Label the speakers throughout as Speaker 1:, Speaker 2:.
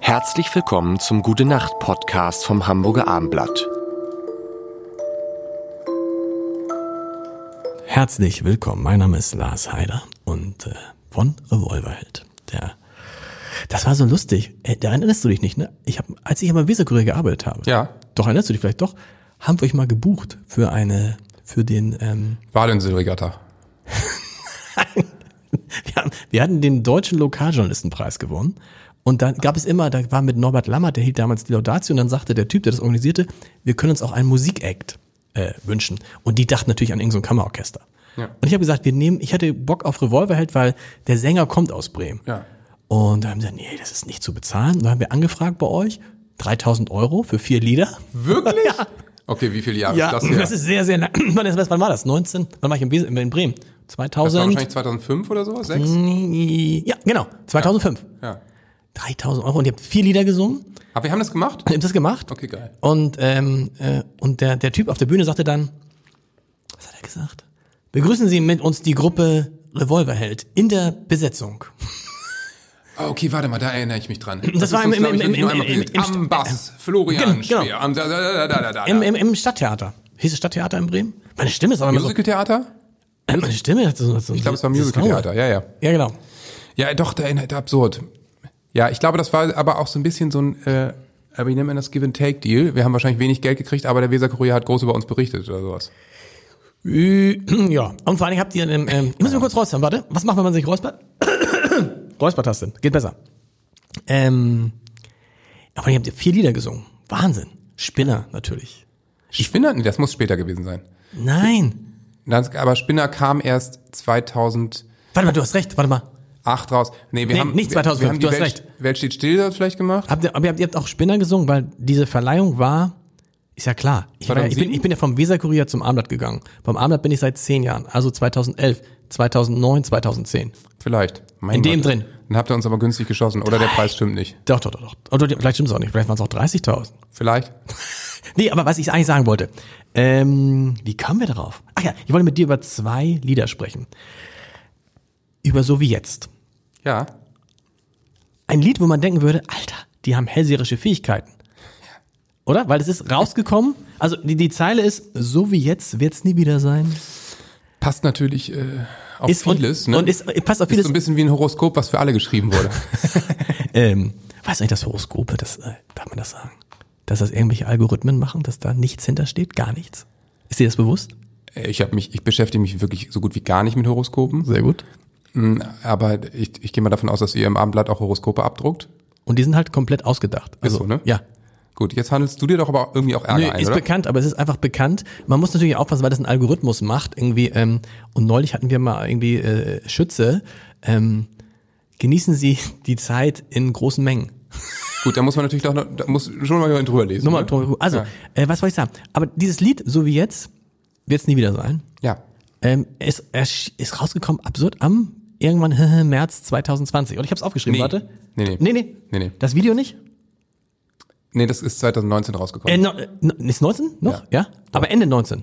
Speaker 1: Herzlich willkommen zum Gute Nacht Podcast vom Hamburger Armblatt.
Speaker 2: Herzlich willkommen. Mein Name ist Lars Heider und äh, von Revolverheld. Der, das war so lustig. Äh, da erinnerst du dich nicht, ne? Ich hab, als ich am Weserkurier gearbeitet habe.
Speaker 3: Ja.
Speaker 2: Doch erinnerst du dich vielleicht doch? Haben wir euch mal gebucht für eine, für den. Ähm,
Speaker 3: Badinselregatta.
Speaker 2: wir, haben, wir hatten den deutschen Lokaljournalistenpreis gewonnen. Und dann gab es immer, da war mit Norbert Lammert, der hielt damals die Laudatio, und dann sagte der Typ, der das organisierte, wir können uns auch einen Musikakt äh, wünschen. Und die dachten natürlich an irgendein so ein Kammerorchester.
Speaker 3: Ja.
Speaker 2: Und ich habe gesagt, wir nehmen, ich hatte Bock auf Revolverheld, weil der Sänger kommt aus Bremen.
Speaker 3: Ja.
Speaker 2: Und da haben sie gesagt, nee, das ist nicht zu bezahlen. Und dann haben wir angefragt bei euch, 3000 Euro für vier Lieder.
Speaker 3: Wirklich? Okay, wie viele Jahre
Speaker 2: Ja,
Speaker 3: ist das
Speaker 2: das,
Speaker 3: her?
Speaker 2: ist sehr, sehr lang. Wann ist- wann war das? 19? Wann war ich im Wesen, in Bremen?
Speaker 3: das war
Speaker 2: 2000?
Speaker 3: wahrscheinlich 2005 oder sowas, sechs?
Speaker 2: Hm. Ja, genau, 2005.
Speaker 3: Ja.
Speaker 2: 3000 Euro und ihr habt vier Lieder gesungen.
Speaker 3: Aber wir haben das gemacht?
Speaker 2: Ihr habt das gemacht.
Speaker 3: Okay, geil.
Speaker 2: Und, ähm, äh, und der, der Typ auf der Bühne sagte dann, was hat er gesagt? Begrüßen Sie mit uns die Gruppe Revolverheld in der Besetzung.
Speaker 3: Ah, Okay, warte mal, da erinnere ich mich dran. Das,
Speaker 2: war
Speaker 3: ist
Speaker 2: im-
Speaker 3: uns,
Speaker 2: im-
Speaker 3: glaub
Speaker 2: im-
Speaker 3: ich, wirklich nur
Speaker 2: im-
Speaker 3: einmal
Speaker 2: im-
Speaker 3: passiert.
Speaker 2: im- im-
Speaker 3: Am Bass, Florian
Speaker 2: Gen- genau.
Speaker 3: Speer, am da, da, da, da, da, da.
Speaker 2: Im, im, Im Stadttheater. Hieß es Stadttheater in Bremen? Meine Stimme ist aber immer so,
Speaker 3: Musicaltheater?
Speaker 2: meine Stimme hat so, so
Speaker 3: Ich glaube, es war Musicaltheater, ja, ja.
Speaker 2: Ja, genau.
Speaker 3: Ja, doch, da erinnert absurd. Ja, ich glaube, das war aber auch so ein bisschen so ein, äh, aber wie nennt man das Give-and-Take-Deal? Wir haben wahrscheinlich wenig Geld gekriegt, aber der Weser-Kurier hat groß über uns berichtet oder sowas.
Speaker 2: Äh, Ja. Und vor allen Dingen habt ihr, ähm, ähm, ich muss mir kurz räuspern, warte. Was macht, wenn man sich räuspert? Räuspertaste. Geht besser. Ähm, aber ihr habt ja vier Lieder gesungen. Wahnsinn. Spinner, natürlich.
Speaker 3: Spinner? Nee, das muss später gewesen sein.
Speaker 2: Nein.
Speaker 3: Das, aber Spinner kam erst 2000.
Speaker 2: Warte mal, du hast recht. Warte mal.
Speaker 3: Acht raus. Nee, wir
Speaker 2: Nee,
Speaker 3: haben
Speaker 2: nicht
Speaker 3: wir-
Speaker 2: 2005,
Speaker 3: Wir haben die
Speaker 2: du hast
Speaker 3: Welt,
Speaker 2: recht.
Speaker 3: Welt steht still das vielleicht gemacht.
Speaker 2: Habt ihr, aber ihr habt, ihr habt auch Spinner gesungen, weil diese Verleihung war, ist ja klar. Ich, war, ja- ich, bin,
Speaker 3: 2007?
Speaker 2: ich bin ja vom Weserkurier zum Armblatt gegangen. Vom Armblatt bin ich seit zehn Jahren, also 2011, 2009, 2010.
Speaker 3: Vielleicht. Mein
Speaker 2: In dem drin.
Speaker 3: Dann habt ihr uns aber günstig geschossen oder der Preis stimmt nicht.
Speaker 2: Doch, doch, doch, doch. Oder die- vielleicht stimmt es auch nicht, vielleicht waren es auch 30.000.
Speaker 3: Vielleicht.
Speaker 2: Nee, aber was ich eigentlich sagen wollte, ähm, wie kamen wir darauf? Ach ja, ich wollte mit dir über zwei Lieder sprechen. Über So wie jetzt.
Speaker 3: Ja.
Speaker 2: Ein Lied, wo man denken würde, Alter, die haben hellseherische Fähigkeiten. Oder? Weil es ist rausgekommen. Also die, die Zeile ist, so wie jetzt wird's nie wieder sein.
Speaker 3: Passt natürlich äh, auf
Speaker 2: Ist und-
Speaker 3: vieles. ne?
Speaker 2: und ist- äh, passt auf
Speaker 3: Ist
Speaker 2: vieles.
Speaker 3: so ein bisschen wie ein Horoskop, was für alle geschrieben wurde.
Speaker 2: Ähm, weiß nicht, das Horoskope, das, äh, darf man das sagen? Dass das irgendwelche Algorithmen machen, dass da nichts hintersteht, gar nichts. Ist dir das bewusst?
Speaker 3: Äh, ich habe mich, ich beschäftige mich wirklich so gut wie gar nicht mit Horoskopen,
Speaker 2: Sehr gut.
Speaker 3: aber ich, ich gehe mal davon aus, dass ihr im Abendblatt auch Horoskope abdruckt.
Speaker 2: Und die sind halt komplett ausgedacht. Also,
Speaker 3: so, ne?
Speaker 2: Ja.
Speaker 3: Gut, jetzt handelst du dir doch aber irgendwie auch Ärger
Speaker 2: Nö,
Speaker 3: ein,
Speaker 2: ist
Speaker 3: oder?
Speaker 2: bekannt, aber es ist einfach bekannt. Man muss natürlich aufpassen, weil das ein Algorithmus macht irgendwie. Ähm, und neulich hatten wir mal irgendwie äh, Schütze. Ähm, genießen Sie die Zeit in großen Mengen.
Speaker 3: Gut, da muss man natürlich doch noch, da muss schon mal jemand drüber lesen.
Speaker 2: Nochmal
Speaker 3: ne?
Speaker 2: drum. Also,
Speaker 3: Ja.
Speaker 2: äh, was wollte ich sagen? Aber dieses Lied, so wie jetzt, wird es nie wieder sein.
Speaker 3: ja.
Speaker 2: Ähm, es ersch- ist rausgekommen, absurd, am irgendwann März 2020. Und ich habe es aufgeschrieben,
Speaker 3: Nee.
Speaker 2: warte.
Speaker 3: Nee, nee.
Speaker 2: nee. Nee,
Speaker 3: Nee, nee.
Speaker 2: Das Video nicht?
Speaker 3: Nee, das ist 2019 rausgekommen.
Speaker 2: Äh, no, äh, no- ist 19 noch? Ja.
Speaker 3: Ja.
Speaker 2: Aber Ende 19.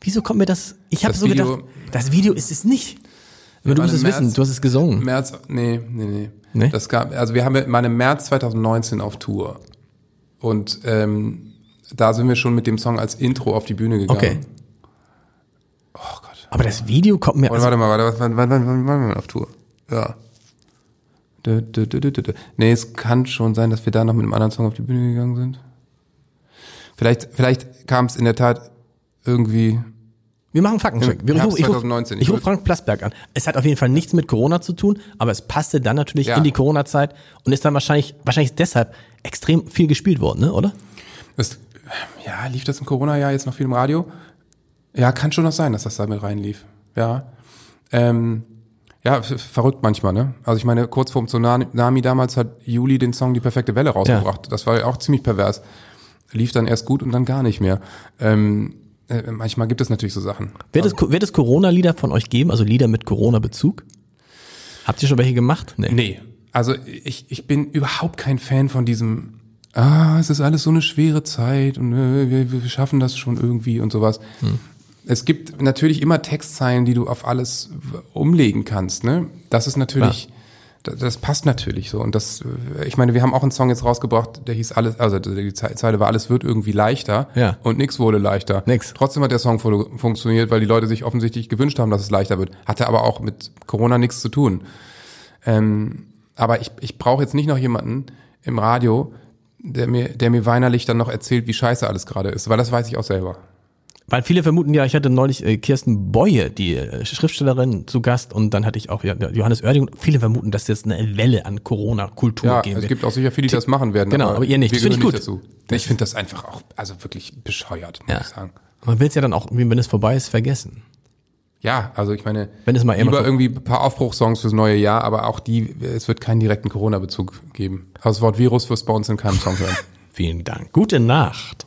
Speaker 2: Wieso kommt mir das? Ich habe
Speaker 3: Das
Speaker 2: so
Speaker 3: Video-
Speaker 2: gedacht, das Video ist es nicht. Aber du
Speaker 3: warte,
Speaker 2: musst es
Speaker 3: März-
Speaker 2: wissen, du hast es gesungen.
Speaker 3: März, nee, nee, nee.
Speaker 2: Hm? Nee?
Speaker 3: Das gab, also wir haben ja- waren im März 2019 auf Tour. Und ähm, da sind wir schon mit dem Song als Intro auf die Bühne gegangen.
Speaker 2: Okay.
Speaker 3: Oh Gott.
Speaker 2: Aber das Video kommt mir.
Speaker 3: Und
Speaker 2: Also,
Speaker 3: warte mal, warte, was- wann, wann, wann, wann waren wir auf Tour? Ja. Dö, dö, dö, dö, dö, dö. Nee, es kann schon sein, dass wir da noch mit einem anderen Song auf die Bühne gegangen sind. Vielleicht, vielleicht kam es in der Tat irgendwie.
Speaker 2: wir machen einen Faktencheck. Wir- Ich
Speaker 3: Herbst
Speaker 2: rufe ich ruf,
Speaker 3: 2019,
Speaker 2: ich
Speaker 3: ich
Speaker 2: ruf
Speaker 3: würd-
Speaker 2: Frank Plasberg an. Es hat auf jeden Fall nichts mit Corona zu tun, aber es passte dann natürlich
Speaker 3: Ja.
Speaker 2: in die Corona-Zeit und ist dann wahrscheinlich, wahrscheinlich deshalb extrem viel gespielt worden, ne, oder?
Speaker 3: Es, ja, lief das im Corona-Jahr jetzt noch viel im Radio? Ja, kann schon noch sein, dass das da mit reinlief. Ja. Ähm, ja, f- verrückt manchmal, ne? Also ich meine, kurz vor dem Tsunami damals hat Juli den Song Die perfekte Welle rausgebracht. Das war ja auch ziemlich pervers. Lief dann erst gut und dann gar nicht mehr. Ähm, äh, manchmal gibt es natürlich so Sachen.
Speaker 2: Wird es, wird es Corona-Lieder von euch geben, also Lieder mit Corona-Bezug? Habt ihr schon welche gemacht?
Speaker 3: Nee, also ich, ich bin überhaupt kein Fan von diesem, ah, es ist alles so eine schwere Zeit und äh, wir, wir schaffen das schon irgendwie und sowas. Es gibt natürlich immer Textzeilen, die du auf alles w- umlegen kannst, ne? Das ist natürlich das, das passt natürlich so. Und das, äh, ich meine, wir haben auch einen Song jetzt rausgebracht, der hieß alles, also die Ze- Zeile war alles wird irgendwie leichter.
Speaker 2: Ja.
Speaker 3: Und nix wurde leichter.
Speaker 2: Nix.
Speaker 3: Trotzdem hat der Song fun- funktioniert, weil die Leute sich offensichtlich gewünscht haben, dass es leichter wird. Hatte aber auch mit Corona nichts zu tun. Ähm, aber ich, ich brauche jetzt nicht noch jemanden im Radio, der mir, der mir weinerlich dann noch erzählt, wie scheiße alles gerade ist, weil das weiß ich auch selber.
Speaker 2: Weil viele vermuten ja, ich hatte neulich äh, Kirsten Boye, die äh, Schriftstellerin, zu Gast und dann hatte ich auch ja, Johannes Oerding. Viele vermuten, dass jetzt eine Welle an Corona-Kultur
Speaker 3: Ja,
Speaker 2: geben
Speaker 3: es
Speaker 2: wird.
Speaker 3: gibt auch sicher viele, die das machen werden.
Speaker 2: Genau, aber ihr nicht.
Speaker 3: Wir
Speaker 2: Das find ich
Speaker 3: gehören
Speaker 2: gut.
Speaker 3: nicht dazu. Ich finde das einfach auch, also wirklich bescheuert, muss
Speaker 2: Ja.
Speaker 3: ich sagen.
Speaker 2: Man will es ja dann auch, wenn es vorbei ist, vergessen.
Speaker 3: Ja, also ich meine,
Speaker 2: Wenn es mal
Speaker 3: lieber
Speaker 2: irgendwann-
Speaker 3: irgendwie ein paar Aufbruchssongs fürs neue Jahr, aber auch die, es wird keinen direkten Corona-Bezug geben. Also das Wort Virus wirst du bei uns in keinem Song hören.
Speaker 2: Vielen Dank. Gute Nacht.